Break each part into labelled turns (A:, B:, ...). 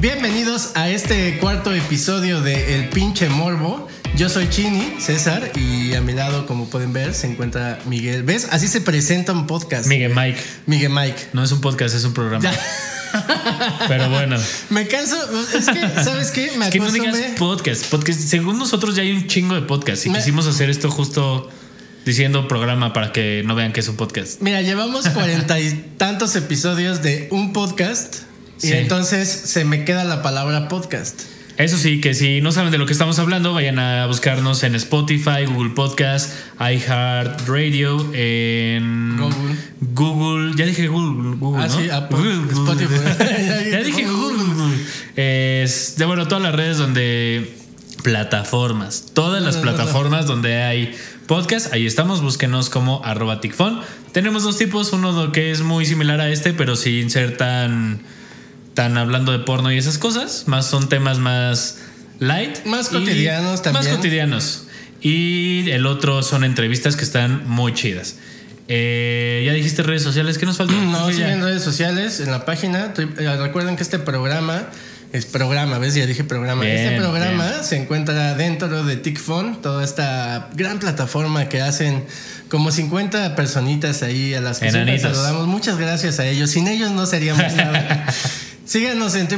A: Bienvenidos a este cuarto episodio de El pinche morbo. Yo soy Chini, César, y a mi lado, como pueden ver, se encuentra Miguel. ¿Ves? Así se presenta un podcast.
B: Miguel Mike.
A: Miguel Mike.
B: No es un podcast, es un programa.
A: Ya.
B: Pero bueno.
A: Me canso. Es que, ¿sabes qué? Me
B: Es que no digas
A: acostumbré-
B: podcast. Podcast. Según nosotros ya hay un chingo de podcast. Y
A: Me-
B: quisimos hacer esto justo diciendo programa para que no vean que es un podcast.
A: Mira, llevamos cuarenta y tantos episodios de un podcast. Y
B: Sí.
A: entonces se me queda la palabra podcast.
B: Eso sí, que si no saben de lo que estamos hablando, vayan a buscarnos en Spotify, Google Podcast, iHeartRadio, en
A: Google.
B: Google. Ya dije Google, Google,
A: Ah,
B: ¿no?
A: sí, Apple,
B: Google, Google.
A: Spotify.
B: ya dije Google. Es, de, bueno, todas las redes donde plataformas, todas las plataformas donde hay podcast, ahí estamos, búsquenos como arroba ticfon. Tenemos dos tipos, uno do- que es muy similar a este, pero sin ser tan, tan hablando de porno y esas cosas, más son temas más light.
A: Más
B: y-
A: cotidianos también.
B: Más cotidianos. Y el otro son entrevistas que están muy chidas. Eh, ya dijiste redes sociales, ¿qué nos falta?
A: No,
B: Creo que
A: siguen
B: ya.
A: en redes sociales, en la página. Tri- eh, Recuerden que este programa es programa, ¿ves? Ya dije programa.
B: Bien,
A: este programa
B: bien.
A: se encuentra dentro de TICFON, toda esta gran plataforma que hacen como 50 personitas ahí a las que siempre
B: Enanitos.
A: saludamos. Muchas gracias a ellos. Sin ellos no seríamos nada. Síganos en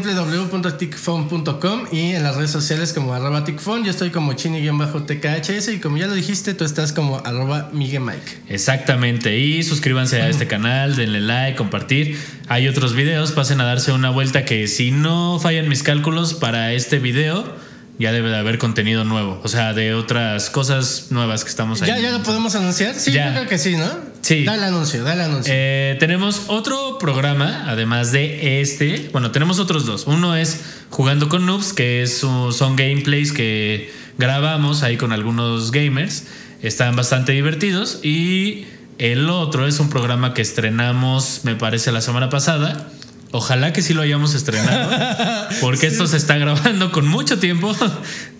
A: www.ticfon.com y en las redes sociales como arroba ticfon. Yo estoy como chini-tkhs y como ya lo dijiste, tú estás como arroba Miguel Mike.
B: Exactamente, y suscríbanse a este canal, denle like, compartir. Hay otros videos, pasen a darse una vuelta que si no fallan mis cálculos para este video, ya debe de haber contenido nuevo, o sea, de otras cosas nuevas que estamos ahí.
A: ¿Ya, ¿Ya lo podemos anunciar? Sí,
B: Ya.
A: yo creo que sí, ¿no?
B: Sí.
A: Da el anuncio, da el anuncio.
B: Eh, tenemos otro programa, además de este. Bueno, tenemos otros dos. Uno es Jugando con Noobs, que es, uh, son gameplays que grabamos ahí con algunos gamers. Están bastante divertidos. Y el otro es un programa que estrenamos, me parece, la semana pasada. Ojalá que sí lo hayamos estrenado, porque esto se está grabando con mucho tiempo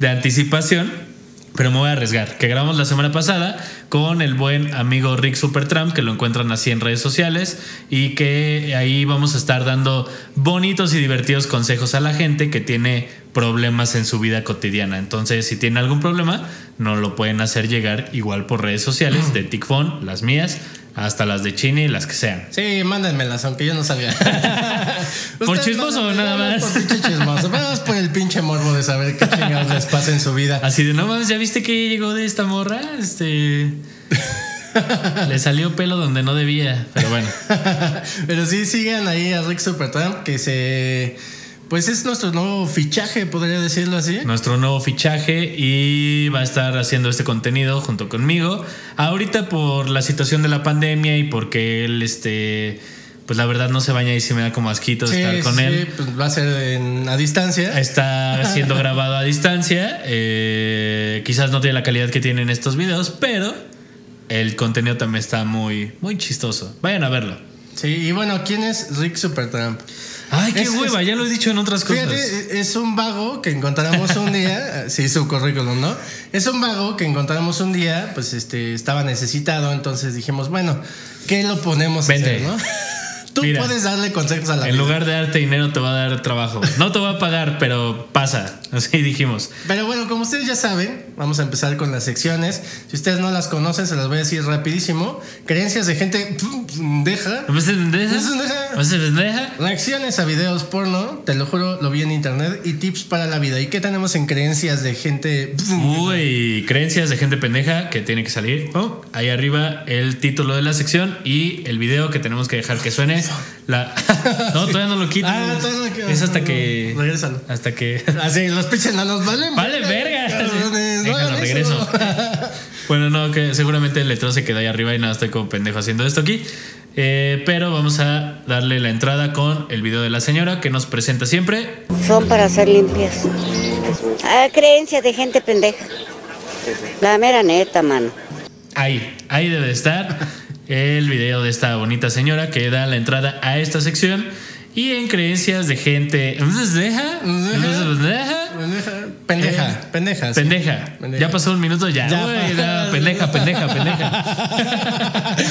B: de anticipación. Pero me voy a arriesgar, que grabamos la semana pasada con el buen amigo Rick Supertramp, que lo encuentran así en redes sociales, y que ahí vamos a estar dando bonitos y divertidos consejos a la gente que tiene problemas en su vida cotidiana. Entonces, si tiene algún problema, nos lo pueden hacer llegar igual por redes sociales, de Ticfon, las mías, hasta las de Chini, las que sean.
A: Sí, mándenmelas, aunque yo no salga.
B: ¿Por
A: Ustedes
B: chismoso o
A: mándenmelas
B: nada más?
A: Por pinche chismoso. Nada más por el pinche morbo de saber qué chingados les pasa en su vida.
B: Así de, no mames, ¿ya viste que llegó de esta morra? Este... Le salió pelo donde no debía, pero bueno.
A: Pero sí, sigan ahí a Rick Supertramp, que se. Pues es nuestro nuevo fichaje, podría decirlo así.
B: nuestro nuevo fichaje y va a estar haciendo este contenido junto conmigo. Ahorita por la situación de la pandemia y porque él, este, pues la verdad no se baña y se me da como asquito
A: Sí,
B: estar con
A: sí,
B: él.
A: pues va a ser en- a distancia.
B: Está siendo grabado a distancia. eh, quizás no tiene la calidad que tienen estos videos, pero el contenido también está muy, muy chistoso. Vayan a verlo.
A: Sí, y bueno, ¿quién es Rick Supertramp?
B: Ay, qué
A: Es- es-
B: hueva, ya lo he dicho en otras cosas.
A: Fíjate, e-, es un vago que encontramos un día, sí, su currículum, ¿no? Es un vago que encontramos un día, pues este, estaba necesitado, entonces dijimos, bueno, ¿qué lo ponemos a
B: Vente.
A: hacer, no? Tú
B: Mira.
A: puedes darle consejos a la
B: En
A: vida.
B: lugar de darte dinero te va a dar trabajo. No te va a pagar, pero pasa. Así dijimos.
A: Pero bueno, como ustedes ya saben, vamos a empezar con las secciones. Si ustedes no las conocen, se las voy a decir rapidísimo. Creencias de gente deja.
B: ¿No ves pendeja?
A: Es pendeja.
B: ¿No ves pendeja?
A: Reacciones a videos porno, te lo juro, lo vi en internet y tips para la vida. ¿Y qué tenemos en creencias de gente?
B: Uy, creencias de gente pendeja que tiene que salir. Oh, ahí arriba el título de la sección y el video que tenemos que dejar que suene. La... No, todavía no lo quito.
A: Ah, todavía no lo quito.
B: Es hasta que.
A: Regrésalo.
B: Hasta que.
A: Así, los pinches nanos valen.
B: Vale, verga.
A: cabrones, no
B: Déjalo,
A: hagan
B: regreso.
A: eso.
B: Bueno, no, que seguramente el letrero se quedó ahí arriba y nada, estoy como pendejo haciendo esto aquí. Eh, pero vamos a darle la entrada con el video de la señora que nos presenta siempre
C: son para ser limpias. Ah, creencias de gente pendeja. La mera neta, mano.
B: Ahí, ahí debe de estar el video de esta bonita señora que da la entrada a esta sección. Y en creencias de gente. ¿Pendeja? ¿Pendeja?
A: Pendeja, pendeja,
B: Eh,
A: pendeja. Ah, sí.
B: Pendeja.
A: Pendeja.
B: Ya pasó un minuto, ya.
A: Ya.
B: Uy, no, pendeja, pendeja, pendeja.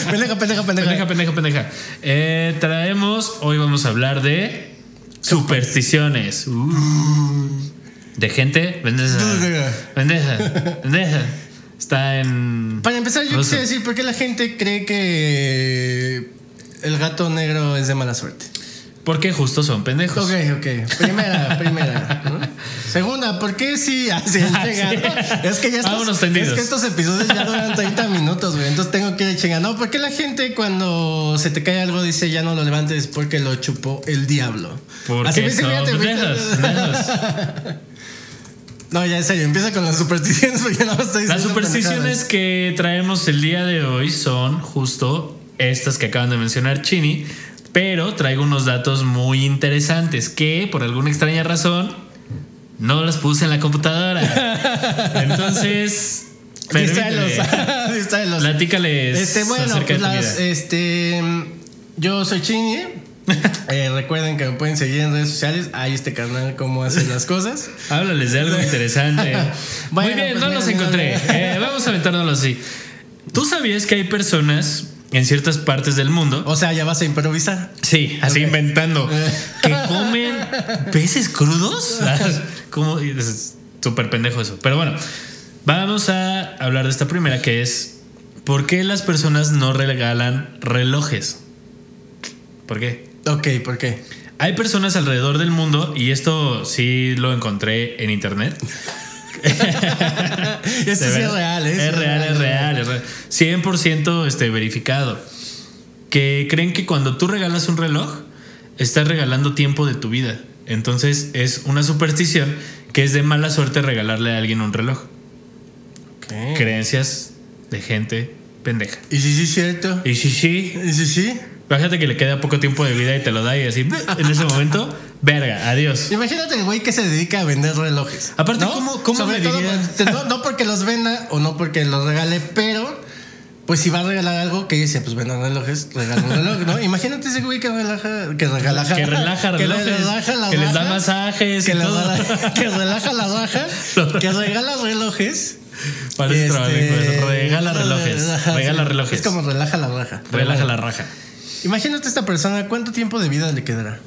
A: pendeja, pendeja, pendeja.
B: Eh, Pendeja, pendeja, pendeja. Eh, traemos, hoy vamos a hablar de Supersticiones. Uh. De gente, vendeja. Vendeja. Vendeja. Está en.
A: Para empezar, yo
B: Ruso.
A: quisiera decir por qué la gente cree que el gato negro es de mala suerte.
B: Porque justo son pendejos.
A: Ok, ok. Primera, primera. ¿no? Segunda, ¿por qué si así
B: Ah, sí.
A: Es que ya estos,
B: Vámonos tendidos.
A: Es que estos episodios ya duran 30 minutos, güey. Entonces tengo que ir a chingar. No, ¿por qué la gente cuando se te cae algo dice ya no lo levantes porque lo chupó el diablo?
B: Porque
A: me dice,
B: son
A: fíjate, güey.
B: pendejos, pendejos.
A: No, ya en serio, empieza con las supersticiones porque no estoy
B: Las
A: diciendo
B: supersticiones que traemos el día de hoy son justo estas que acaban de mencionar Chini, pero traigo unos datos muy interesantes que por alguna extraña razón no las puse en la computadora. Entonces,
A: pendejadas.
B: permítele,
A: Distráelos. Distráelos.
B: platícales
A: Este, bueno,
B: acerca
A: pues
B: de tu
A: las,
B: vida.
A: este, yo soy Chini. Eh, recuerden que me pueden seguir en redes sociales. Ahí este canal cómo hace las cosas.
B: Háblales de algo interesante.
A: Bueno,
B: Muy bien,
A: pues
B: no
A: mira,
B: los
A: mira,
B: encontré.
A: mira.
B: Eh, vamos a aventárnoslo así. ¿Tú sabías que hay personas en ciertas partes del mundo
A: O sea, ya vas a improvisar.
B: Sí, así
A: Ok.
B: inventando. Que comen peces crudos. Como es súper pendejo eso. Pero bueno, vamos a hablar de esta primera que es ¿por qué las personas no regalan relojes? ¿Por qué?
A: Ok, ¿por qué?
B: Hay personas alrededor del mundo y esto sí lo encontré en internet.
A: Esto
B: De
A: sí es
B: verdad.
A: real, ¿eh? Sí
B: Es real, es real, es real. 100% este, verificado. Que creen que cuando tú regalas un reloj, estás regalando tiempo de tu vida. Entonces es una superstición que es de mala suerte regalarle a alguien un reloj.
A: Ok.
B: Creencias de gente pendeja.
A: ¿Y si sí es cierto?
B: Y sí, sí,
A: ¿Y si sí?
B: fíjate que le queda poco tiempo de vida y te lo da y así, en ese momento, verga, adiós.
A: Imagínate el güey que se dedica a vender relojes.
B: Aparte,
A: ¿no?
B: ¿cómo- cómo
A: Sobre
B: le
A: todo,
B: dirían?
A: pues, no, no porque los venda o no porque los regale, pero pues si va a regalar algo que dice, pues venda relojes, regala un reloj, ¿no? Imagínate ese güey que relaja, que regala,
B: Que relaja
A: que
B: relojes,
A: relaja la
B: que les da
A: raja,
B: masajes y
A: que, les
B: todo.
A: da- que relaja la raja, que regala relojes.
B: Parece
A: este,
B: trabalenguas. Regala relojes.
A: sí.
B: Regala relojes.
A: Es como relaja la raja.
B: Relaja la raja.
A: Imagínate esta persona, ¿cuánto tiempo de vida le quedará?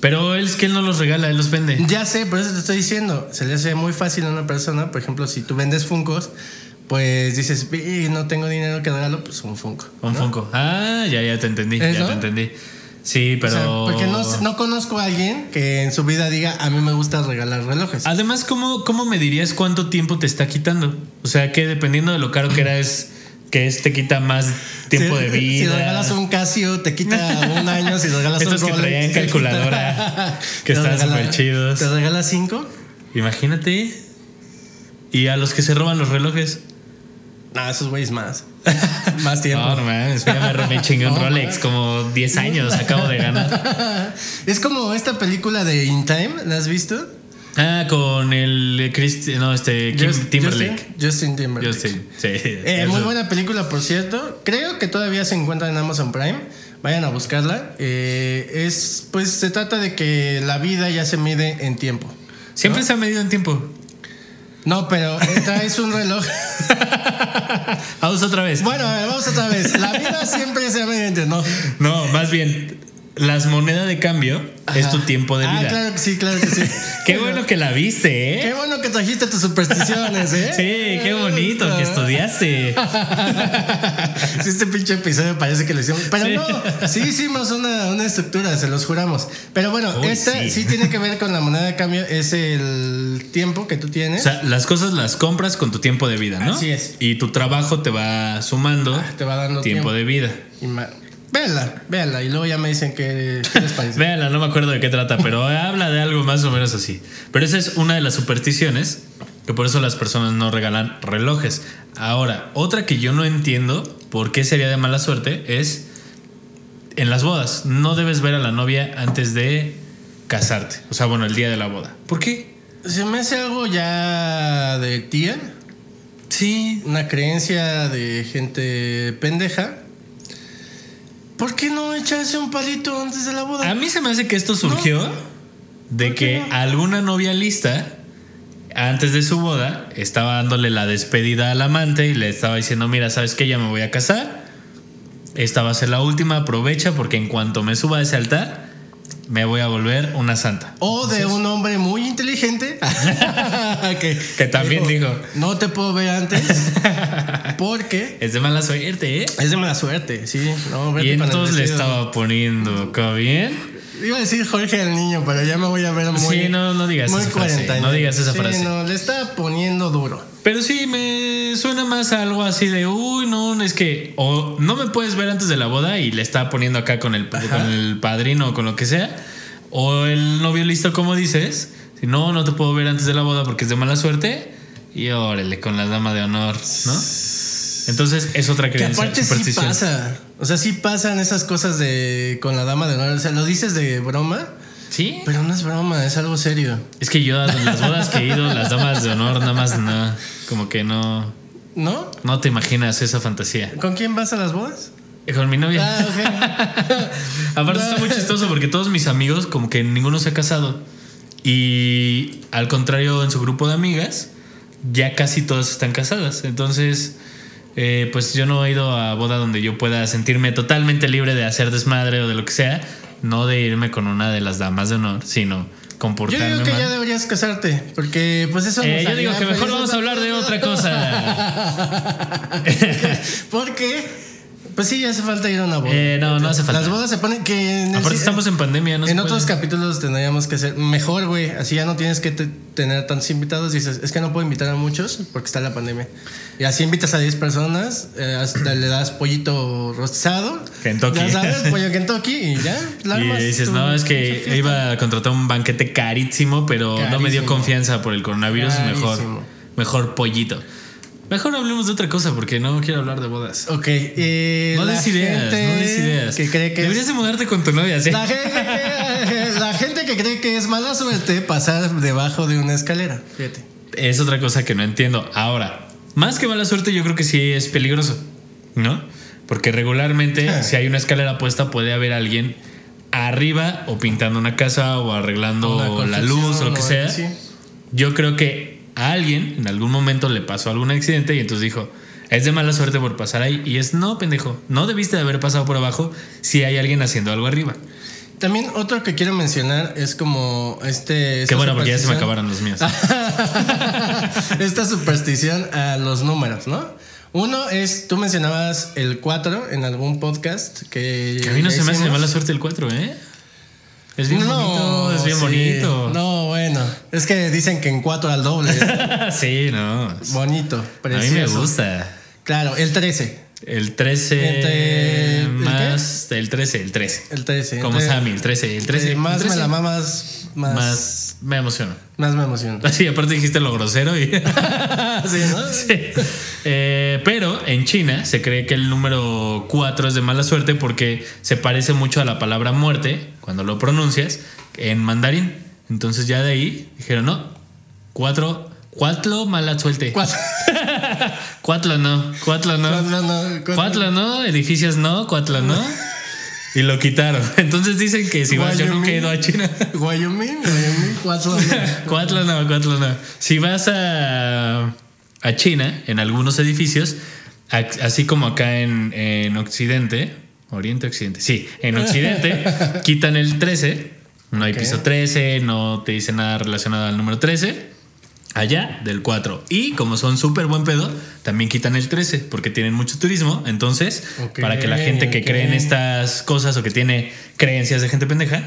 B: Pero él es que él no los regala, él los vende.
A: Ya sé, por eso te estoy diciendo. Se le hace muy fácil a una persona, por ejemplo, si tú vendes Funcos, pues dices, "Y, no tengo dinero que regalo, pues un Funko.
B: Un Funko. Ah, ya, ya te entendí.
A: ¿Es,
B: Ya
A: no?
B: te entendí. Sí,
A: O sea,
B: pero.
A: porque no, no conozco a alguien que en su vida diga, a mí me gusta regalar relojes.
B: Además, ¿cómo, ¿cómo me dirías cuánto tiempo te está quitando? O sea, que dependiendo de lo caro que era, es que es, te quita más tiempo
A: Si-
B: de vida.
A: Si regalas un Casio, te quita un año. Si regalas
B: Estos
A: un
B: que
A: Rolex,
B: traían
A: te quita-
B: calculadora,
A: Te
B: que estaban
A: regala-
B: superchidos.
A: ¿Te regalas cinco?
B: Imagínate. Y a los que se roban los relojes.
A: No, esos güeyes más. más tiempo.
B: Ah, No, no mames, ya me robé chingué un
A: No,
B: Rolex, como 10 años acabo de ganar.
A: es como esta película de In Time, ¿la has visto?
B: Ah, con el Chris, no, este Kim
A: Just-
B: Timberlake.
A: Justin, Justin Timberlake.
B: Justin, sí.
A: Eh,
B: Eso.
A: muy buena película, por cierto. Creo que todavía se encuentra en Amazon Prime. Vayan a buscarla. Eh, es, pues, se trata de que la vida ya se mide en tiempo.
B: Siempre se ha medido en tiempo.
A: No, pero eh, traes un reloj.
B: Vamos otra vez.
A: Bueno, a ver, vamos otra vez. La vida siempre se mide en tiempo. ¿no?
B: No, más bien, las monedas de cambio es tu tiempo de vida.
A: Ah, claro que sí, claro que sí.
B: Qué bueno que la viste, ¿eh?
A: Qué bueno que trajiste tus supersticiones, ¿eh? Ah.
B: Sí, qué bonito que estudiaste.
A: Sí, este pinche episodio parece que lo hicimos. Pero
B: Sí.
A: no, sí hicimos una, una estructura, se los juramos. Pero bueno,
B: Uy,
A: esta
B: sí.
A: sí. tiene que ver con la moneda de cambio, es el tiempo que tú
B: O
A: tienes.
B: sea, las cosas las compras con tu tiempo de vida, ¿no?
A: Así es. Ah,
B: Y tu trabajo te va sumando
A: te va dando tiempo.
B: tiempo de vida.
A: Y ma- véanla, véanla. Y luego ya me dicen que, qué les parece.
B: Véanla, no me acuerdo de qué trata, pero habla de algo más o menos así. Pero esa es una de las supersticiones, que por eso las personas no regalan relojes. Ahora, otra que yo no entiendo por qué sería de mala suerte es en las bodas. No debes ver a la novia antes de casarte. O sea, bueno, el día de la boda. ¿Por qué?
A: Se me hace algo ya de tía,
B: Sí.
A: una creencia de gente pendeja. ¿Por qué no echarse un palito antes de la boda?
B: A mí se me hace que esto surgió de
A: ¿Por qué
B: que
A: no?
B: alguna novia lista, antes de su boda, estaba dándole la despedida al amante y le estaba diciendo, mira, ¿sabes qué? Ya me voy a casar. Esta va a ser la última, aprovecha porque en cuanto me suba a ese altar, me voy a volver una santa.
A: O de un hombre muy inteligente que,
B: Que también dijo.
A: no te puedo ver antes porque
B: Es de mala suerte, ¿eh?
A: es de mala suerte, sí. No,
B: Y
A: vete para el
B: entonces le
A: vestido.
B: estaba poniendo, ¿co bien?
A: Iba a decir Jorge el niño, pero ya me voy a ver muy.
B: Sí, no, no digas
A: muy
B: esa frase,
A: cuarentañero.
B: no digas esa
A: Sí,
B: frase.
A: no, le está poniendo duro.
B: Pero sí, me suena más a algo así de, uy, no, es que o no me puedes ver antes de la boda y le está poniendo acá con el, con el padrino o con lo que sea, o el novio listo, como dices, si no, no te puedo ver antes de la boda porque es de mala suerte, y órale, con la dama de honor, ¿no? Entonces es otra
A: Que
B: creencia
A: aparte sí
B: superstición.
A: pasa. O sea, sí pasan esas cosas de con la dama de honor. O sea, lo dices de broma,
B: Sí,
A: pero no es broma, es algo serio.
B: es que yo a las bodas que he ido, las damas de honor, nada más no, como que no,
A: ¿No?
B: no te imaginas esa fantasía.
A: ¿Con quién vas a las bodas?
B: Con mi novia.
A: Ah, ok.
B: Aparte
A: No.
B: está muy chistoso porque todos mis amigos, como que ninguno se ha casado. Y al contrario, en su grupo de amigas, ya casi todas están casadas. Entonces, eh, pues yo no he ido a boda donde yo pueda sentirme totalmente libre de hacer desmadre o de lo que sea. No de irme con una de las damas de honor, sino
A: Yo
B: comportarme
A: digo que
B: mal.
A: ya deberías casarte, porque pues eso...
B: Eh,
A: nos
B: yo digo
A: haría
B: que mejor
A: felices
B: vamos a hablar de otra cosa.
A: porque, pues sí, ya hace falta ir a una boda.
B: Eh, no, no hace falta.
A: Las bodas se ponen que... En el-
B: Aparte estamos en pandemia, no se
A: en
B: puede.
A: otros capítulos tendríamos que ser mejor, güey. Así ya no tienes que te- tener tantos invitados. Dices, es que no puedo invitar a muchos porque está la pandemia. Y así invitas a 10 personas, eh, hasta le das pollito rostizado.
B: Kentucky.
A: Ya sabes, pollo Kentucky y ya. la
B: Y
A: armas
B: dices,
A: tu-
B: no, es que iba a contratar un banquete carísimo, pero no me dio
A: Carísimo.
B: confianza por el coronavirus. y Mejor,
A: Carísimo.
B: mejor pollito. Mejor hablemos de otra cosa porque no quiero hablar de bodas.
A: Ok, eh,
B: No
A: la
B: des ideas,
A: gente
B: no des ideas.
A: Que cree que es-
B: Deberías de mudarte con tu novia, ¿sí?
A: La gente, que, la gente que cree que es mala suerte pasar debajo de una escalera. Fíjate.
B: Es otra cosa que no entiendo. Ahora, más que mala suerte, yo creo que sí es peligroso, ¿no? Porque regularmente,
A: Ah.
B: si hay una escalera puesta, puede haber alguien arriba o pintando una casa o arreglando
A: Una
B: la luz o
A: construcción
B: lo que
A: o
B: sea.
A: algo así.
B: Yo creo que a alguien en algún momento le pasó algún accidente y entonces dijo, es de mala suerte por pasar ahí. Y es, no, pendejo, no debiste de haber pasado por abajo si hay alguien haciendo algo arriba.
A: También otro que quiero mencionar es como este.
B: Qué
A: esta
B: bueno, porque ya se me
A: superstición-
B: acabaron los míos.
A: Ah, esta superstición a los números, ¿no? Uno es, tú mencionabas el 4 en algún podcast que.
B: Que a mí no
A: ya
B: se me hace de
A: hicimos.
B: mala suerte el 4, ¿eh? Es bien bonito, es bien
A: sí.
B: bonito.
A: No, bueno. Es que dicen que en 4 al doble.
B: sí, no.
A: bonito,
B: a mí me
A: precioso.
B: gusta.
A: Claro, el 13.
B: El 13
A: Entre- ¿el qué?
B: más... El 13, el 13.
A: El 13.
B: Como
A: Entonces,
B: Sammy, el 13. El 13.
A: entre más
B: el 13,
A: me la mamas, más, más.
B: más me emociono.
A: me emociona.
B: Así, aparte dijiste lo grosero y...
A: sí, ¿no?
B: Sí. Eh, pero en China se cree que el número 4 es de mala suerte porque se parece mucho a la palabra muerte cuando lo pronuncias en mandarín. Entonces ya de ahí dijeron, no, 4, 4 mala suerte.
A: Cuatro.
B: 4 no, 4 no.
A: No, no, cuatro.
B: 4 no, edificios no, 4 no. Y lo quitaron. Entonces dicen que es igual, yo nunca he ido a China.
A: Wyoming, Wyoming, cuatro.
B: Cuatro no, cuatro no. Si vas a, a China, en algunos edificios, a- así como acá en, en Occidente, Oriente Occidente, sí, en Occidente, quitan el 13, no hay
A: Ok.
B: piso 13, no te dice nada relacionado al número 13. Allá del 4. Y como son súper buen pedo, también quitan el 13 porque tienen mucho turismo. Entonces,
A: Ok,
B: para que la gente que
A: ok.
B: cree en estas cosas o que tiene creencias de gente pendeja,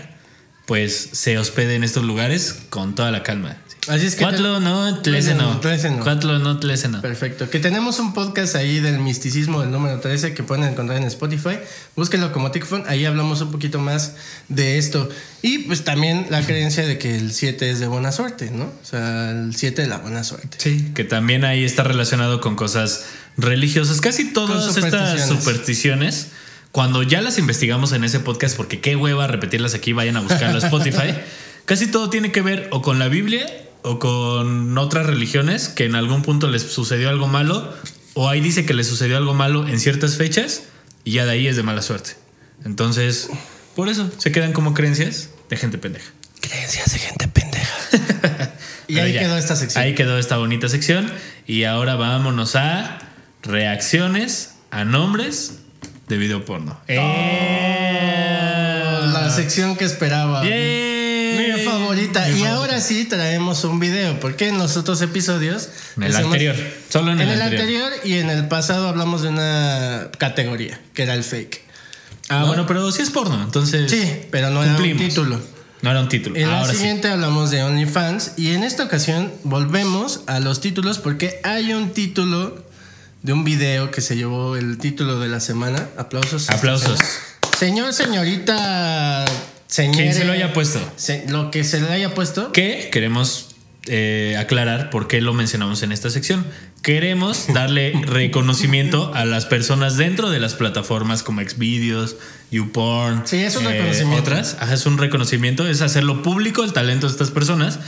B: pues se hospede en estos lugares con toda la calma.
A: Así es que.
B: Cuatro no, trece no.
A: Trece no.
B: Cuatro no, trece no.
A: Perfecto. Que tenemos un podcast ahí del misticismo del número 13 que pueden encontrar en Spotify. Búsquenlo como Tickfon. Ahí hablamos un poquito más de esto. Y pues también la creencia de que el 7 es de buena suerte, ¿no? O sea, el 7 de la buena suerte.
B: Sí, que también ahí está relacionado con cosas religiosas. Casi todas
A: supersticiones.
B: estas supersticiones, cuando ya las investigamos en ese podcast, porque qué hueva repetirlas aquí, vayan a buscarlas a Spotify. Casi todo tiene que ver o con la Biblia o con otras religiones que en algún punto les sucedió algo malo o ahí dice que les sucedió algo malo en ciertas fechas y ya de ahí es de mala suerte. Entonces, por eso se quedan como creencias de gente pendeja.
A: Creencias de gente pendeja. y
B: Pero
A: ahí
B: ya,
A: quedó esta sección.
B: Ahí quedó esta bonita sección. Y ahora vámonos a reacciones a nombres de video porno. ¡Eh!
A: Oh, La sección que esperaba.
B: ¡Yay!
A: Mi favorita.
B: Eh, Mi
A: Y
B: favorita.
A: ahora sí traemos un video, porque en los otros episodios.
B: En el
A: les hemos-
B: anterior. Solo
A: En el anterior y en el pasado hablamos de una categoría, que era el fake.
B: Ah, bueno, pero sí es porno, entonces.
A: Sí, pero no era un
B: cumplimos.
A: título.
B: No era un título.
A: En la
B: Ahora sí.
A: siguiente hablamos de OnlyFans y en esta ocasión volvemos a los títulos porque hay un título de un video que se llevó el título de la semana. Aplausos.
B: Aplausos.
A: Señor, señorita, señor.
B: Quien se lo haya puesto.
A: lo que se le haya puesto.
B: Que queremos eh, aclarar por qué lo mencionamos en esta sección. Queremos darle reconocimiento a las personas dentro de las plataformas como Xvideos, YouPorn. eh,
A: Sí, es un reconocimiento.
B: Otras. Ajá, es un reconocimiento, es hacerlo público el talento de estas personas.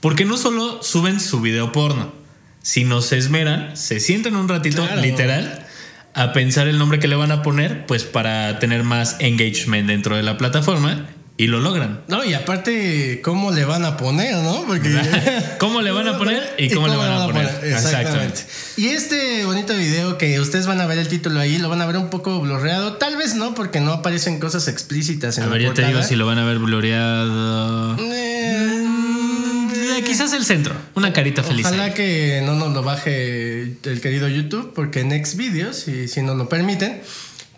B: Porque no solo suben su video porno, sino se esmeran, se sienten un ratito,
A: Claro.
B: literal, a pensar el nombre que le van a poner, pues para tener más engagement dentro de la plataforma y lo logran.
A: No, y aparte, ¿cómo le van a poner, no? Porque.
B: ¿Cómo le van a poner y cómo le van a poner?
A: Exactamente.
B: Exactamente.
A: Y este bonito video que ustedes van a ver el título ahí, lo van a ver un poco blurreado. Tal vez no, porque no aparecen cosas explícitas en
B: A
A: la
B: ver, yo te
A: portada.
B: digo si lo van a ver gloriado.
A: Eh,
B: Eh, Quizás el centro, una carita feliz. ahí.
A: Ojalá que no nos lo baje el querido YouTube, porque en Next Videos, si, si nos lo permiten.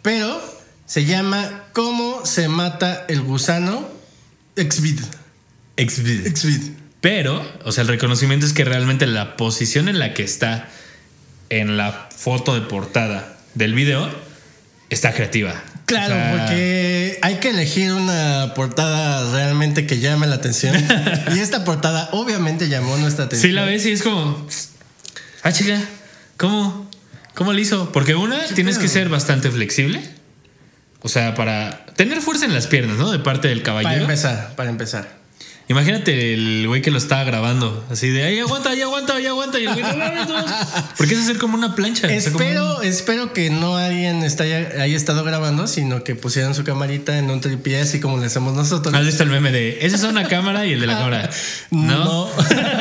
A: Pero se llama ¿Cómo se mata el gusano? Exvid.
B: Exhibit.
A: Exvid.
B: Pero, o sea, el reconocimiento es que realmente la posición en la que está en la foto de portada del video está creativa.
A: Claro,
B: O sea,
A: porque hay que elegir una portada realmente que llame la atención. y esta portada obviamente llamó nuestra atención.
B: Sí, la ves y es como. Ah, chica, ¿cómo? ¿Cómo le hizo? Porque una, tienes que
A: pedo?
B: ser bastante flexible. O sea, para tener fuerza en las piernas, ¿no? De parte del
A: Para
B: caballero.
A: empezar, para empezar.
B: Imagínate el güey que lo estaba grabando, así de ahí aguanta, ahí aguanta, ahí aguanta. Y el güey, no, no, no, no. Porque es hacer como una plancha. o sea, Eh, como un-
A: Espero, espero que no alguien está haya, haya estado grabando, sino que pusieran su camarita en un tripié así como le hacemos nosotros.
B: ¿Has visto el meme de esa es una cámara y el de la cámara? No.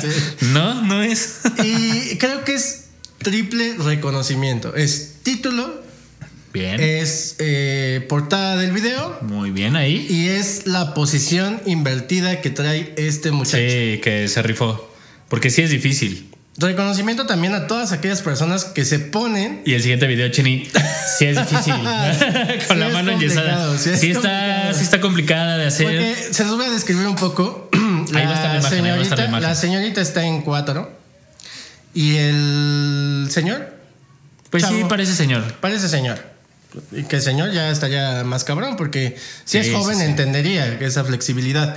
A: Sí.
B: No, no es.
A: Y creo que es triple reconocimiento. Es título,
B: Bien.
A: es eh, portada del video
B: Muy bien ahí.
A: y es la posición invertida que trae este muchacho.
B: Sí, que se rifó. Porque sí es difícil.
A: Reconocimiento también a todas aquellas personas que se ponen.
B: Y el siguiente video, Chini, sí es difícil.
A: Sí
B: Con la
A: es
B: mano
A: complicado,
B: enyesada.
A: sí es
B: Sí está,
A: complicado.
B: sí está complicada de hacer.
A: Porque se los voy a describir un poco.
B: Ahí va a estar la imagen, ahí va a estar la imagen.
A: la señorita está en cuatro. Y el señor
B: pues sí,
A: chavo.
B: parece señor.
A: Parece señor. Y que señor ya estaría más cabrón, porque si
B: Sí,
A: es joven
B: sí, sí.
A: entendería esa flexibilidad.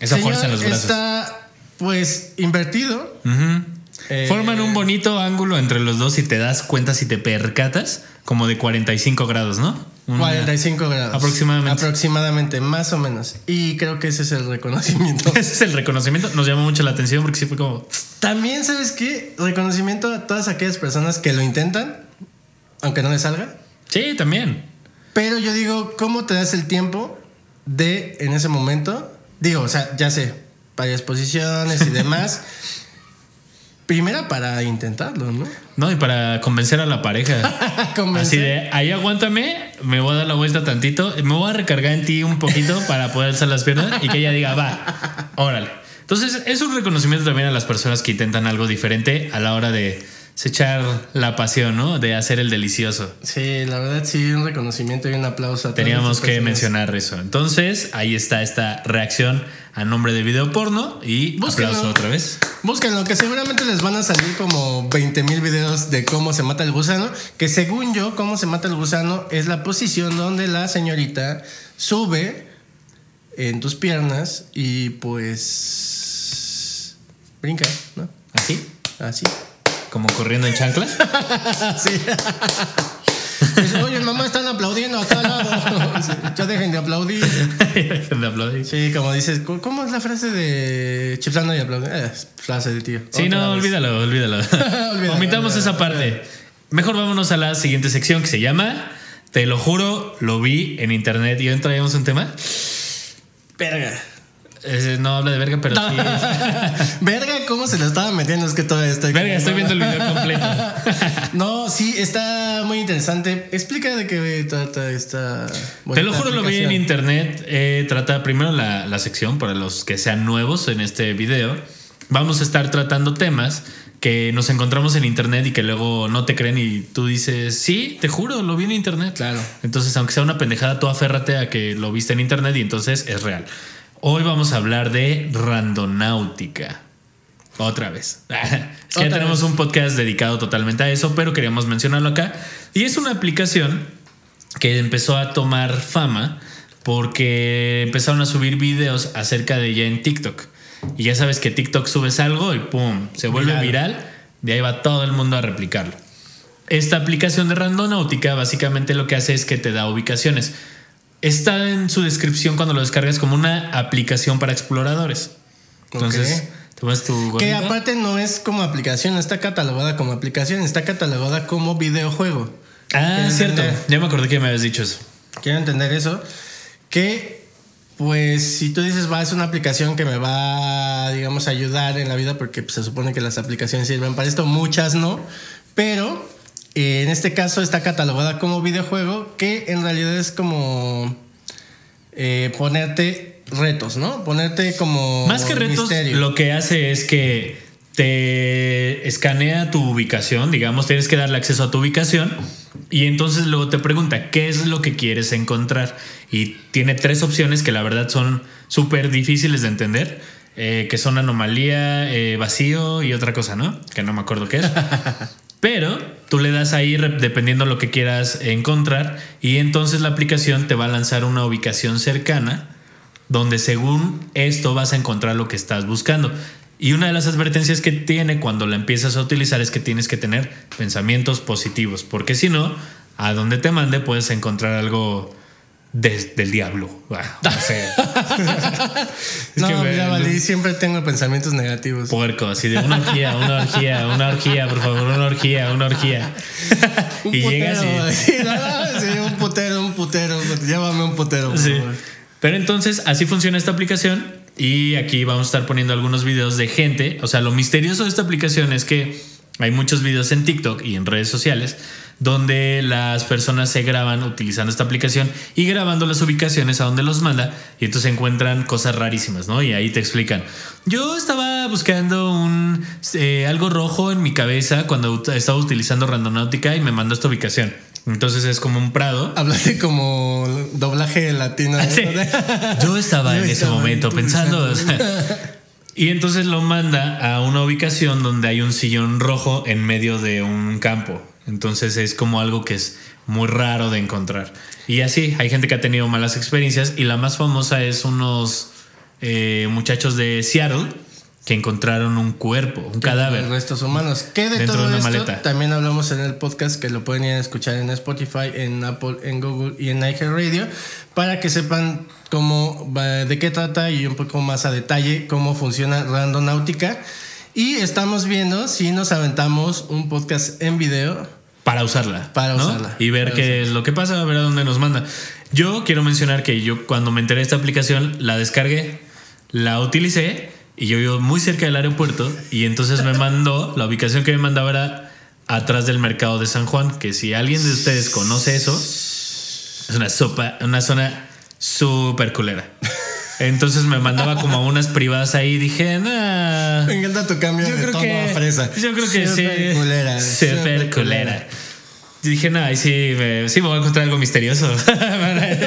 B: Esa
A: Señor
B: fuerza en los brazos.
A: Está pues invertido.
B: Ujú.
A: Eh,
B: Forman un bonito ángulo entre los dos y te das cuenta si te percatas, como de 45 grados, ¿no? Una-
A: 45 grados.
B: Aproximadamente.
A: Aproximadamente, más o menos. Y creo que ese es el reconocimiento.
B: Ese es el reconocimiento. Nos llamó mucho la atención porque sí fue como.
A: También, ¿sabes qué? Reconocimiento a todas aquellas personas que lo intentan, aunque no les salga.
B: Sí, también.
A: Pero yo digo, ¿cómo te das el tiempo de, en ese momento? Digo, o sea, ya sé, varias posiciones y demás. Primera para intentarlo, ¿no?
B: No, y para convencer a la pareja. Así
A: Convencer.
B: de, ahí aguántame, me voy a dar la vuelta tantito, me voy a recargar en ti un poquito para poder alzar las piernas y que ella diga, va, órale. Entonces, es un reconocimiento también a las personas que intentan algo diferente a la hora de echar la pasión, ¿no? De hacer el delicioso.
A: Sí, la verdad sí, un reconocimiento y un aplauso. A todas
B: Teníamos
A: estas
B: que
A: personas.
B: mencionar eso. Entonces, ahí está esta reacción a nombre de video porno y
A: Búsquenlo.
B: aplauso otra vez.
A: Búsquenlo, que seguramente les van a salir como 20 mil videos de cómo se mata el gusano. Que según yo, cómo se mata el gusano es la posición donde la señorita sube en tus piernas y pues brinca, ¿no?
B: Así,
A: Así.
B: como corriendo en chanclas.
A: Así. Dice, Oye, mamá, están aplaudiendo acá al lado. Sí, Ya dejen de aplaudir.
B: De aplaudir.
A: Sí, como dices, ¿cu- ¿cómo es la frase de chiflando y aplaudiendo? Eh, es frase de tío.
B: Sí,
A: Otra
B: no,
A: vez.
B: olvídalo, olvídalo.
A: Olvídalo,
B: Omitamos
A: olvídalo,
B: esa parte. Mejor vámonos a la siguiente sección que se llama Te lo juro, lo vi en internet y hoy traíamos un tema.
A: Verga.
B: Eh, no habla de verga, pero sí.
A: Verga, ¿cómo se la estaba metiendo? Es que todavía estoy.
B: Verga, estoy viendo el video completo.
A: No, sí, está muy interesante. Explica de qué trata esta.
B: Te
A: bonita
B: lo juro, lo vi en
A: aplicación.
B: internet. Eh, trata primero la, la sección para los que sean nuevos en este video. Vamos a estar tratando temas que nos encontramos en internet y que luego no te creen y tú dices, sí, te juro, lo vi en internet. Claro. Entonces, aunque sea una pendejada, tú aférrate a que lo viste en internet y entonces es real. Hoy vamos a hablar de randonáutica. Otra vez. Es que ya
A: Otra
B: tenemos
A: vez.
B: un podcast dedicado totalmente a eso, pero queríamos mencionarlo acá. Y es una aplicación que empezó a tomar fama porque empezaron a subir videos acerca de ella en TikTok. Y ya sabes que TikTok subes algo y pum, se vuelve
A: Viral.
B: viral. De ahí va todo el mundo a replicarlo. Esta aplicación de Randonáutica básicamente lo que hace es que te da ubicaciones. Está en su descripción cuando lo descargas como una aplicación para exploradores. Entonces, te pones tu
A: Que
B: gorrita.
A: aparte no es como aplicación, no está catalogada como aplicación, está catalogada como videojuego.
B: Ah,
A: Quiero
B: cierto.
A: entender-
B: Ya me acordé que me habías dicho eso.
A: Quiero entender eso. Que, pues, si tú dices, va, es una aplicación que me va, digamos, a ayudar en la vida, porque pues, se supone que las aplicaciones sirven para esto, muchas no. Pero eh, en este caso está catalogada como videojuego, que en realidad es como eh, ponerte retos, ¿no? Ponerte como.
B: Más que retos,
A: misterio.
B: lo que hace es que te escanea tu ubicación, digamos, tienes que darle acceso a tu ubicación y entonces luego te pregunta qué es lo que quieres encontrar y tiene tres opciones que la verdad son súper difíciles de entender, eh, que son anomalía, eh, vacío y otra cosa, ¿no? Que no me acuerdo qué es. Pero tú le das ahí rep- dependiendo lo que quieras encontrar y entonces la aplicación te va a lanzar una ubicación cercana donde según esto vas a encontrar lo que estás buscando. Y una de las advertencias que tiene cuando la empiezas a utilizar es que tienes que tener pensamientos positivos, porque si no, a donde te mande puedes encontrar algo de- del diablo. Ah, o sea. Es
A: no,
B: que me-
A: mira, Valí, siempre tengo pensamientos negativos.
B: puerco, así de una orgía, una orgía, una orgía, por favor, una orgía, una orgía.
A: Un
B: y
A: putero,
B: llegas y...
A: sí, no, sí, un putero, un putero. Llámame un putero, por
B: Sí.
A: favor.
B: Pero entonces así funciona esta aplicación y aquí vamos a estar poniendo algunos videos de gente. O sea, lo misterioso de esta aplicación es que hay muchos videos en TikTok y en redes sociales donde las personas se graban utilizando esta aplicación y grabando las ubicaciones a donde los manda y entonces encuentran cosas rarísimas, ¿no? Y ahí te explican. Yo estaba buscando un eh, algo rojo en mi cabeza cuando ut- estaba utilizando Randonáutica y me mandó esta ubicación. Entonces es como un prado
A: Hablaste como doblaje latino. ¿no?
B: Ah, Sí. Yo estaba
A: Yo
B: en ese
A: estaba
B: momento
A: tú
B: pensando. o sea, y entonces lo manda a una ubicación donde hay un sillón rojo en medio de un campo. Entonces es como algo que es muy raro de encontrar. Y así, hay gente que ha tenido malas experiencias y la más famosa es unos eh, muchachos de Seattle que encontraron un cuerpo, un
A: Los
B: cadáver.
A: restos humanos. Que de
B: Dentro
A: todo
B: de una
A: esto
B: maleta.
A: también hablamos en el podcast que lo pueden ir a escuchar en Spotify, en Apple, en Google y en iHeartRadio para que sepan cómo va- de qué trata y un poco más a detalle cómo funciona Randonáutica. Y estamos viendo si nos aventamos un podcast en video.
B: Para usarla.
A: Para
B: ¿no?
A: usarla,
B: Y ver
A: para
B: qué es lo que pasa, a ver a dónde nos manda. Yo quiero mencionar que yo cuando me enteré de esta aplicación, la descargué, la utilicé y yo vivo muy cerca del aeropuerto y entonces me mandó, la ubicación que me mandaba era atrás del mercado de San Juan, que si alguien de ustedes conoce eso, es una sopa, una zona súper culera. Entonces me mandaba como a unas privadas ahí y dije, nah,
A: Me encanta tu cambio de tono a fresa.
B: yo creo que
A: Súper
B: sí.
A: culera,
B: Súper
A: súper
B: culera. Y Dije, no, ahí sí me, sí me voy a encontrar algo misterioso.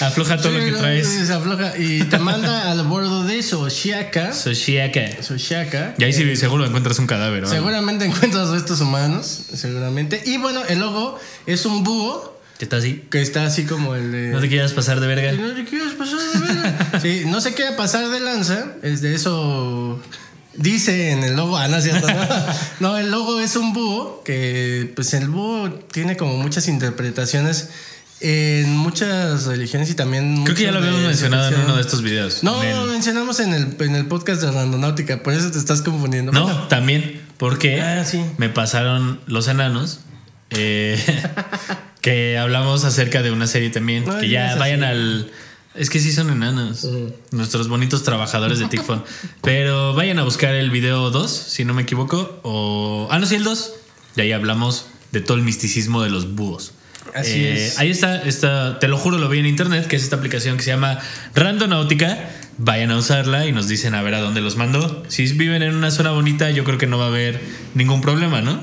B: Afloja Ah, todo lo
A: Sí,
B: que
A: no,
B: traes.
A: se afloja. Y te manda al bordo de Sochiaca.
B: Soshiaka.
A: Sochiaca.
B: Y ahí sí seguro encuentras un cadáver. ¿no?
A: Seguramente encuentras restos humanos, seguramente. Y bueno, el logo es un búho
B: Que está así.
A: que está así como el de...
B: No te quieras pasar de verga.
A: No te quieres pasar de verga. Sí, no se quiere pasar de lanza, es de eso dice en el logo. Ah, no, es cierto, no. No, el logo es un búho, que pues el búho tiene como muchas interpretaciones en muchas religiones y también...
B: Creo que ya lo
A: mucho
B: habíamos
A: de
B: mencionado en
A: superstición.
B: uno de estos videos.
A: No,
B: En el-
A: lo mencionamos en el, en el podcast de Randonáutica, por eso te estás confundiendo.
B: No, también. Porque
A: Ah, sí.
B: me pasaron los enanos. eh, que hablamos acerca de una serie también.
A: No
B: que
A: digas
B: ya
A: así.
B: vayan al. Es que sí son enanos.
A: Ujú.
B: Nuestros bonitos trabajadores de Tickfon. Pero vayan a buscar el video 2, si no me equivoco. O. Ah, no, sí, el 2. Y ahí hablamos de todo el misticismo de los búhos. Eh,
A: Así es.
B: Ahí está, está, te lo juro, lo vi en internet, que es esta aplicación que se llama Randonáutica. Vayan a usarla y nos dicen a ver a dónde los mando. Si viven en una zona bonita, yo creo que no va a haber ningún problema, ¿no?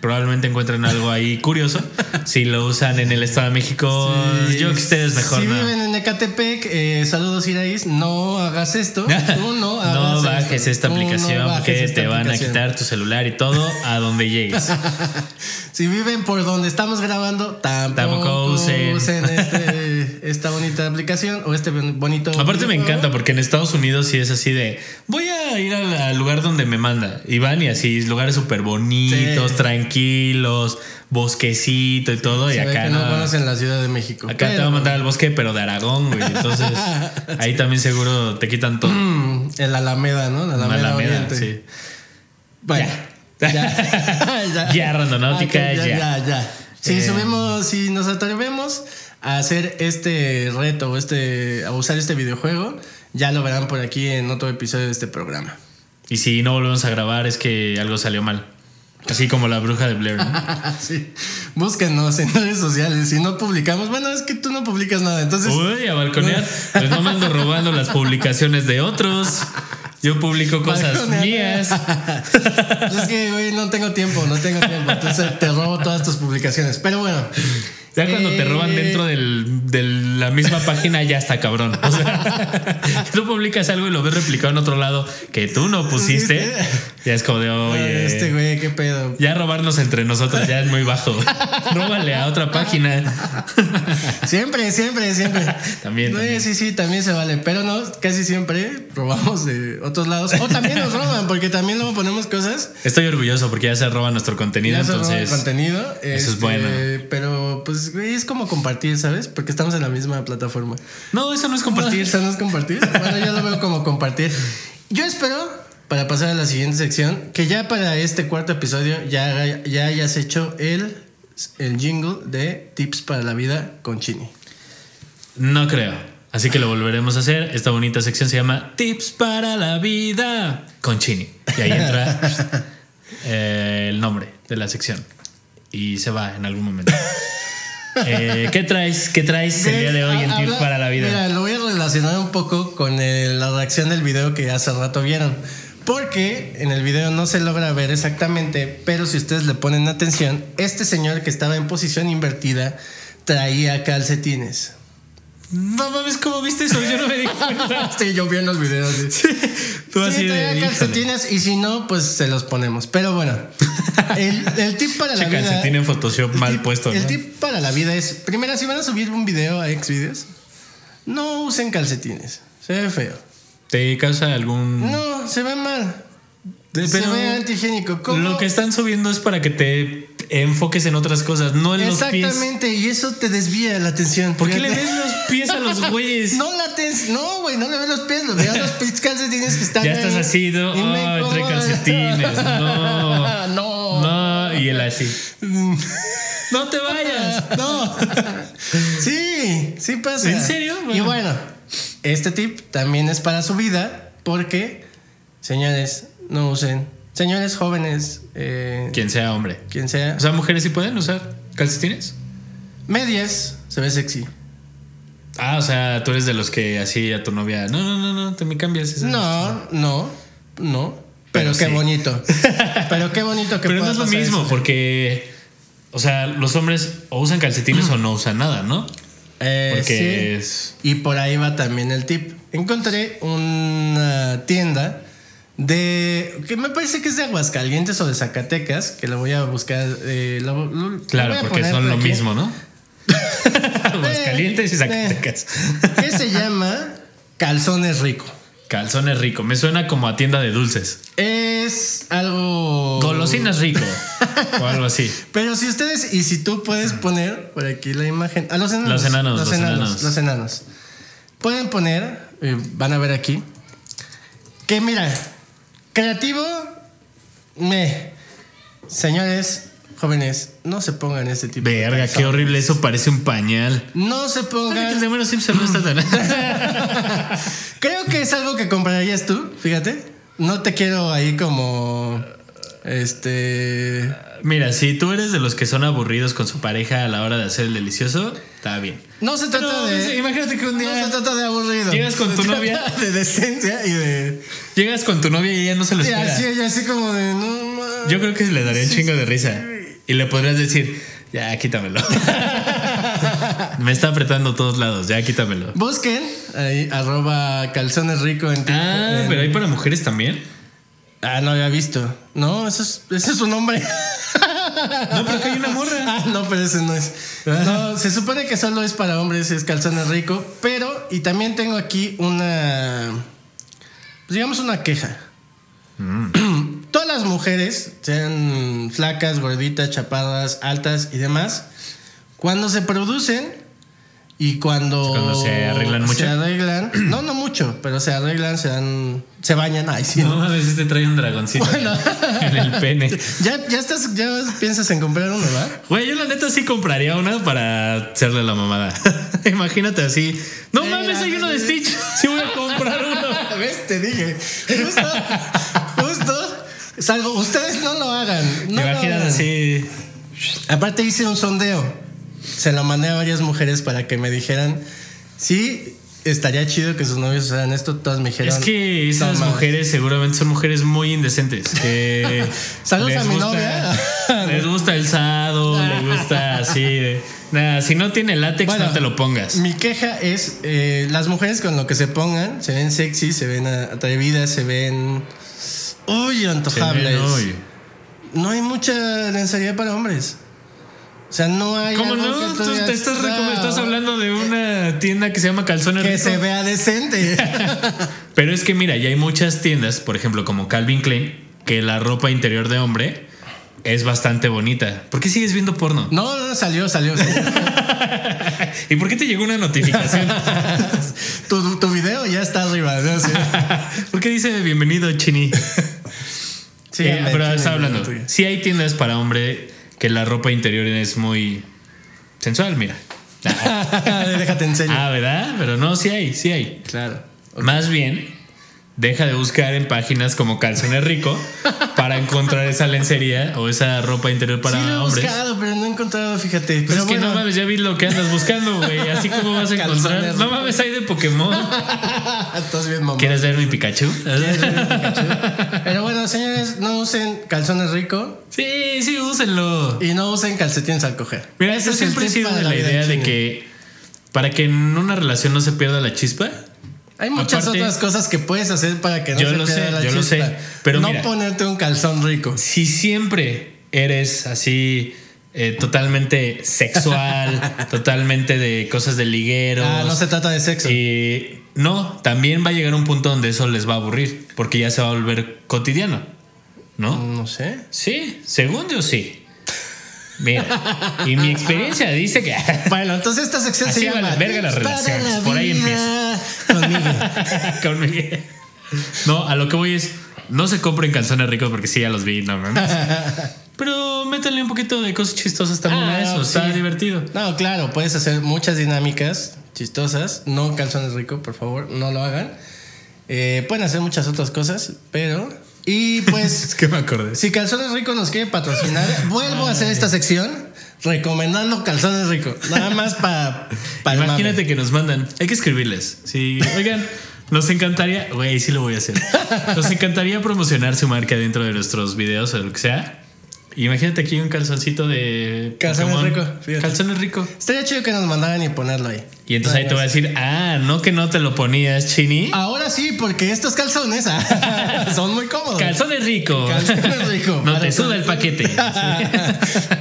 B: Probablemente encuentren algo ahí curioso. si lo usan en el Estado de México,
A: Sí,
B: yo creo que ustedes mejor.
A: Si
B: no.
A: viven en Ecatepec, eh, saludos Iraís, no hagas esto. Tú no hagas
B: No bajes
A: esto.
B: esta
A: Tú no
B: aplicación
A: bajes
B: porque
A: esta
B: te van a
A: aplicación.
B: quitar tu celular y todo a donde llegues.
A: Si viven por donde estamos grabando, tampoco,
B: Tampoco usen.
A: usen, este- esta bonita aplicación o este bonito.
B: Aparte me
A: videojuego.
B: encanta porque en Estados Unidos sí es así de voy a ir al al lugar donde me manda y van y así lugares súper bonitos,
A: Sí.
B: tranquilos, bosquecito y todo y
A: Se ve
B: acá
A: que no,
B: no.
A: conocen la Ciudad de México.
B: Acá te
A: pero-
B: va a mandar al bosque, pero de Aragón, güey. Entonces, ahí también seguro te quitan todo.
A: Mm, el Alameda, ¿no? La Alameda,
B: Alameda,
A: Oriente.
B: sí.
A: Vaya.
B: Ya.
A: Ya. ya.
B: Ya, Randonáutica,
A: Ok,
B: ya.
A: ya, ya. Si
B: Eh.
A: subimos, si nos atrevemos a hacer este reto o este, a usar este videojuego, ya lo verán por aquí en otro episodio de este programa.
B: Y si no volvemos a grabar es que algo salió mal. Así como la bruja de Blair. ¿no?
A: sí. Búsquenos en redes sociales. Si no publicamos, bueno, es que tú no publicas nada, entonces.
B: Uy, a balconear. Pues no me ando robando las publicaciones de otros. Yo publico cosas
A: Balconear.
B: mías.
A: Es que, güey, no tengo tiempo, no tengo tiempo. Entonces te robo todas tus publicaciones. Pero bueno.
B: Ya cuando te roban
A: Eh,
B: dentro del- de la misma página, ya está cabrón. O sea, tú publicas algo y lo ves replicado en otro lado que tú no pusiste. Ya es como de, oye.
A: Este güey, qué pedo.
B: ya robarnos entre nosotros ya es muy bajo. Róbale a otra página.
A: Siempre, siempre, siempre.
B: También,
A: No,
B: también.
A: Sí, sí, también se vale. Pero no, casi siempre robamos de otros lados. O también nos roban, porque también luego ponemos cosas.
B: Estoy orgulloso porque ya se roba nuestro contenido.
A: Ya se roban
B: entonces,
A: contenido. Este,
B: es bueno.
A: Pero pues güey, es como compartir, ¿sabes? Porque estamos en la misma plataforma.
B: no, eso no es compartir.
A: Eso no es compartir. Bueno, yo lo veo como compartir. Yo espero, para pasar a la siguiente sección, que ya para este cuarto episodio ya, ya hayas hecho el, el jingle de Tips para la Vida con Chini.
B: No creo. Así que lo volveremos a hacer. Esta bonita sección se llama Tips para la vida con Chini. Y ahí entra eh, el nombre de la sección. Y se va en algún momento. Eh, ¿Qué traes? ¿Qué traes el día de hoy en
A: Habla-
B: Tips para la vida?
A: Mira, lo voy a relacionar un poco con el- la reacción del video que hace rato vieron. Porque en el video no se logra ver exactamente, pero si ustedes le ponen atención, este señor que estaba en posición invertida traía calcetines.
B: No mames, ¿cómo viste eso? Yo no me di cuenta.
A: Sí, yo vi en los videos. sí.
B: Tú
A: Sí,
B: así
A: traía
B: de. híjole.
A: calcetines y si no, pues se los ponemos. Pero bueno, el, el tip para la
B: Che,
A: vida.
B: calcetín en Photoshop mal
A: el tip-
B: puesto.
A: El
B: ¿no?
A: tip para la vida es: primero, si van a subir un video a Xvideos, no usen calcetines. Se ve feo.
B: ¿Te causa algún.?
A: No, se ve mal.
B: Mm. De-
A: se
B: pero
A: ve antihigiénico. ¿Cómo?
B: Lo que están subiendo es para que te enfoques en otras cosas, no en los pies.
A: Exactamente, y eso te desvía la atención.
B: ¿Por qué le
A: Fíjate.
B: ves los pies a los güeyes?
A: No la tens- no, güey, no le ves los pies, le ves los pinches calcetines que están
B: Ya estás
A: ahí.
B: así, ¿no?
A: Y me
B: Oh, entre
A: incomoda.
B: calcetines, no.
A: no.
B: No, y él así. No te vayas, no.
A: Sí, sí pasa.
B: ¿En serio?
A: Y
B: Bueno.
A: bueno, este tip también es para su vida porque, señores, no usen. Señores jóvenes, eh,
B: Quien sea hombre.
A: quien sea.
B: O sea, mujeres sí pueden usar calcetines.
A: medias, se ve sexy.
B: Ah, o sea, tú eres de los que así a tu novia, no, no, no, no, te me cambias. esa".
A: No, no, no.
B: Pero
A: Pero, qué
B: sí.
A: bonito. Pero qué bonito que
B: Pero no
A: pueda
B: es lo
A: pasar
B: mismo,
A: eso.
B: porque, o sea, los hombres o usan calcetines o no usan nada, ¿no?
A: Eh,
B: Porque
A: sí.
B: es.
A: Y por ahí va también el tip. Encontré una tienda de. que me parece que es de Aguascalientes o de Zacatecas, que la voy a buscar. eh, lo- lo- lo
B: Claro,
A: voy a
B: porque
A: poner
B: son
A: por
B: lo
A: aquí.
B: mismo, ¿no? Aguascalientes y
A: Eh,
B: Zacatecas.
A: Que se llama Calzones Rico.
B: Calzones rico. Me suena como a tienda de dulces.
A: Es
B: Oh.
A: algo.
B: Golosinas rico. O algo así.
A: Pero si ustedes, y si tú puedes poner por aquí la imagen. A los enanos.
B: Los enanos, los enanos.
A: Los enanos. Pueden poner, eh, van a ver aquí. Que mira, creativo, me. Señores Jóvenes, no se pongan ese tipo de
B: Verga, qué
A: calzones.
B: horrible eso, parece un pañal.
A: No se
B: El de
A: pongan.
B: Homero Simpson no está tan-
A: Creo que es algo que comprarías tú, fíjate. No te quiero ahí como. Este.
B: Mira, si tú eres de los que son aburridos con su pareja a la hora de hacer el delicioso, está bien.
A: No se trata
B: Pero,
A: de.
B: sí, imagínate que un día-
A: Ah, No se trata de aburrido.
B: Llegas con
A: Se
B: tu
A: trata
B: novia.
A: De decencia y de.
B: Llegas con tu novia y ella no se lo
A: Y
B: espera.
A: así, y así como de. No, ma-
B: Yo creo que le daría un
A: Sí,
B: chingo
A: sí,
B: de risa. Y le podrías decir, ya, quítamelo. Me está apretando todos lados, ya, quítamelo.
A: Busquen ahí, arroba calzones rico en Tik-
B: Ah,
A: en-
B: pero hay para mujeres también.
A: Ah, no había visto. No, eso es, ese es un hombre.
B: No, pero que hay una morra.
A: Ah, no, pero ese no es.
B: Ah.
A: No, se supone que solo es para hombres, es calzones rico. Pero, y también tengo aquí una. pues, digamos una queja.
B: Mm.
A: Todas las mujeres, sean flacas, gorditas, chapadas, altas y demás, cuando se producen y cuando.
B: Cuando se arreglan mucho.
A: Se arreglan. No, no mucho, pero se arreglan, se dan. Se bañan. Ay, sí.
B: No mames, este trae un dragoncito en el pene.
A: Ya, ya estás, ya piensas en comprar uno, ¿verdad?
B: Güey, yo la neta sí compraría una para hacerle la mamada. Imagínate así. No
A: Sí,
B: mames,
A: la
B: hay uno de
A: neta, sí.
B: Stitch. Sí voy a comprar uno.
A: ¿Ves? Te dije. Justo, justo. Salvo, ustedes no lo hagan. No
B: ¿Te
A: lo
B: imaginas
A: hagan.
B: así?
A: Aparte hice un sondeo. Se lo mandé a varias mujeres para que me dijeran si estaría chido que sus novios usaran esto. Todas me dijeron.
B: Es que esas
A: "No mames".
B: mujeres seguramente son mujeres muy indecentes. Que
A: Saludos
B: les
A: a mi
B: gusta-
A: novia.
B: les gusta el sado, les gusta así. de- Nada, si no tiene látex,
A: Bueno,
B: no te lo pongas.
A: Mi queja es eh, las mujeres con lo que se pongan se ven sexy, se ven ah, atrevidas, se ven. Uy,
B: Se ven,
A: antojables.
B: uy.
A: No hay mucha lencería para hombres. O sea, no hay.
B: ¿Cómo
A: algo
B: no?
A: que
B: Tú
A: digas,
B: te estás, recom-
A: "Wow".
B: estás hablando de una tienda que se llama Calzones
A: Que
B: Rico.
A: se vea decente.
B: Pero es que mira, ya hay muchas tiendas, por ejemplo, como Calvin Klein, que la ropa interior de hombre es bastante bonita. ¿Por qué sigues viendo porno?
A: No, no, salió, salió. salió.
B: ¿Y por qué te llegó una notificación?
A: tu, tu video ya está arriba. ¿no? Sí.
B: ¿Por qué dice bienvenido, Chini?
A: Sí,
B: Eh, pero
A: sí,
B: estaba hablando.
A: tuyo.
B: Sí hay tiendas para hombre que la ropa interior es muy sensual, mira.
A: Déjate enseñar.
B: Ah, ¿verdad? Pero no, sí hay, sí hay.
A: Claro.
B: Más bien, deja de buscar en páginas como Calzones Rico para encontrar esa lencería o esa ropa interior para
A: sí, lo he
B: hombres.
A: buscado, pero no he encontrado, fíjate.
B: Pues
A: pero
B: es que
A: bueno,
B: no mames, ya vi lo que andas buscando, güey. Así como vas a encontrar.
A: Calzones
B: No
A: Rico.
B: mames, hay de Pokémon.
A: Estás bien, mamá.
B: ¿Quieres ver mi Pikachu?
A: Pero bueno, señores, no usen calzones rico
B: Sí, sí, úsenlo.
A: y no usen calcetines al coger.
B: Mira,
A: Ese
B: eso
A: es
B: siempre
A: el
B: he
A: tip
B: sido
A: para
B: de la
A: vida
B: idea de
A: china.
B: que para que en una relación no se pierda la chispa.
A: Hay muchas
B: aparte-
A: otras cosas que puedes hacer para que no
B: Yo
A: se
B: lo
A: pierda
B: sé,
A: la
B: yo lo
A: chispa.
B: sé, pero
A: no
B: mira.
A: ponerte un calzón rico.
B: Si siempre eres así eh, totalmente sexual, totalmente de cosas de liguero.
A: Ah, no se trata de sexo.
B: Eh, no, también va a llegar un punto donde eso les va a aburrir, porque ya se va a volver cotidiano, ¿no?
A: No sé.
B: Sí, según yo sí. Mira, y mi experiencia dice que...
A: Bueno, entonces esta sección
B: Así
A: se
B: va
A: llama
B: la verga las
A: Tips
B: relaciones,
A: para la
B: por ahí
A: vida Conmigo.
B: Con Miguel. No, a lo que voy es, no se compren canciones ricos porque sí, ya los vi, no mames. Pero métanle un poquito de cosas chistosas también
A: Ah,
B: a eso,
A: no,
B: está
A: sí.
B: divertido.
A: No, claro, puedes hacer muchas dinámicas chistosas. No calzones rico, por favor, no lo hagan. Eh, pueden hacer muchas otras cosas, pero. Y pues,
B: que me acordé.
A: si Calzones Rico nos quiere patrocinar, vuelvo a hacer esta sección recomendando Calzones Rico. Nada más para.
B: Imagínate que nos mandan. Hay que escribirles. Sí, oigan, nos encantaría. Güey, sí lo voy a hacer. Nos encantaría promocionar su marca dentro de nuestros videos o lo que sea. Imagínate aquí un calzoncito de.
A: Calzones
B: Pokémon.
A: rico, fíjate.
B: Calzones rico.
A: Estaría chido que nos mandaran y ponerlo ahí.
B: Y entonces ahí te voy a decir, ah, no que no te lo ponías, Chini.
A: Ahora sí, porque estos calzones ah, son muy cómodos.
B: Calzones rico.
A: Calzones rico.
B: No
A: Para
B: te suda
A: todo.
B: el paquete.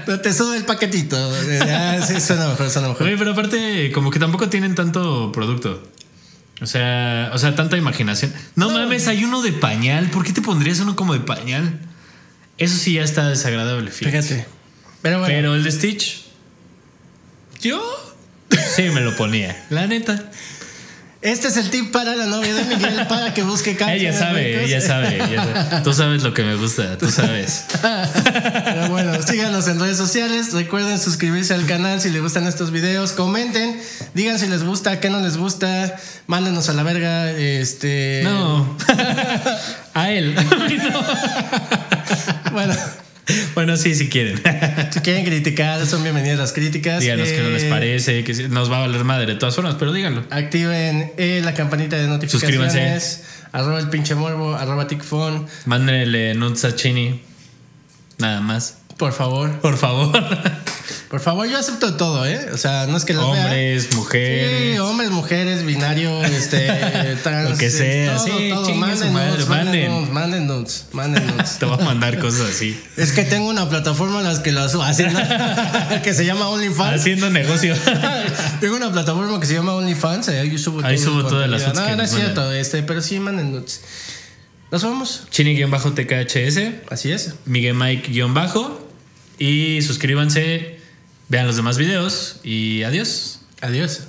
A: No te sube el paquetito. Ah, sí, suena mejor, suena mejor.
B: Oye, pero aparte, como que tampoco tienen tanto producto. O sea, o sea, tanta imaginación. No, mames, hay uno de pañal. ¿Por qué te pondrías uno como de pañal? Eso sí ya está desagradable, fíjate.
A: Fíjate. Pero bueno.
B: Pero el de Eh, Stitch, yo sí me lo ponía, la neta.
A: Este es el tip para la novia de Miguel para que busque canciones.
B: Ella sabe,
A: ricas.
B: ella sabe, ella sabe. Tú sabes lo que me gusta, tú sabes.
A: Pero bueno, síganos en redes sociales. Recuerden suscribirse al canal si les gustan estos videos. Comenten, digan si les gusta, qué no les gusta. Mándenos a la verga. Este.
B: No. A él.
A: Bueno,
B: Bueno, sí, si quieren.
A: si quieren criticar, son bienvenidas las críticas.
B: Díganos qué no les
A: Eh,
B: parece, que sí, nos va a valer madre de todas formas, pero díganlo.
A: Activen eh, la campanita de notificaciones. Arroba el pinche morbo, arroba ticfon,
B: Mándenle nudes a Chini. Nada más.
A: por favor.
B: Por favor.
A: Por favor, yo acepto todo, ¿eh? O sea, no es que los vea.
B: Hombres, mujeres.
A: Sí, hombres, mujeres, binario, este, trans.
B: Lo que sea,
A: todo,
B: sí,
A: todo.
B: chingue su
A: Manden
B: madre,
A: nudes,
B: manden.
A: manden nudes, manden nudes, manden nudes.
B: Te va a mandar cosas así.
A: Es que tengo una plataforma en las que las hacen, que se llama OnlyFans.
B: Haciendo negocio.
A: Tengo una plataforma que se llama OnlyFans, ahí yo subo todo
B: Ahí
A: el
B: subo todas las
A: contenido.
B: nudes que
A: No, no
B: nos
A: es cierto, este, pero sí manden nudes. Nos vamos.
B: Chini-TKHS.
A: Así es.
B: Miguel Mike-Bajo. Y suscríbanse. Vean los demás videos. Y adiós.
A: Adiós.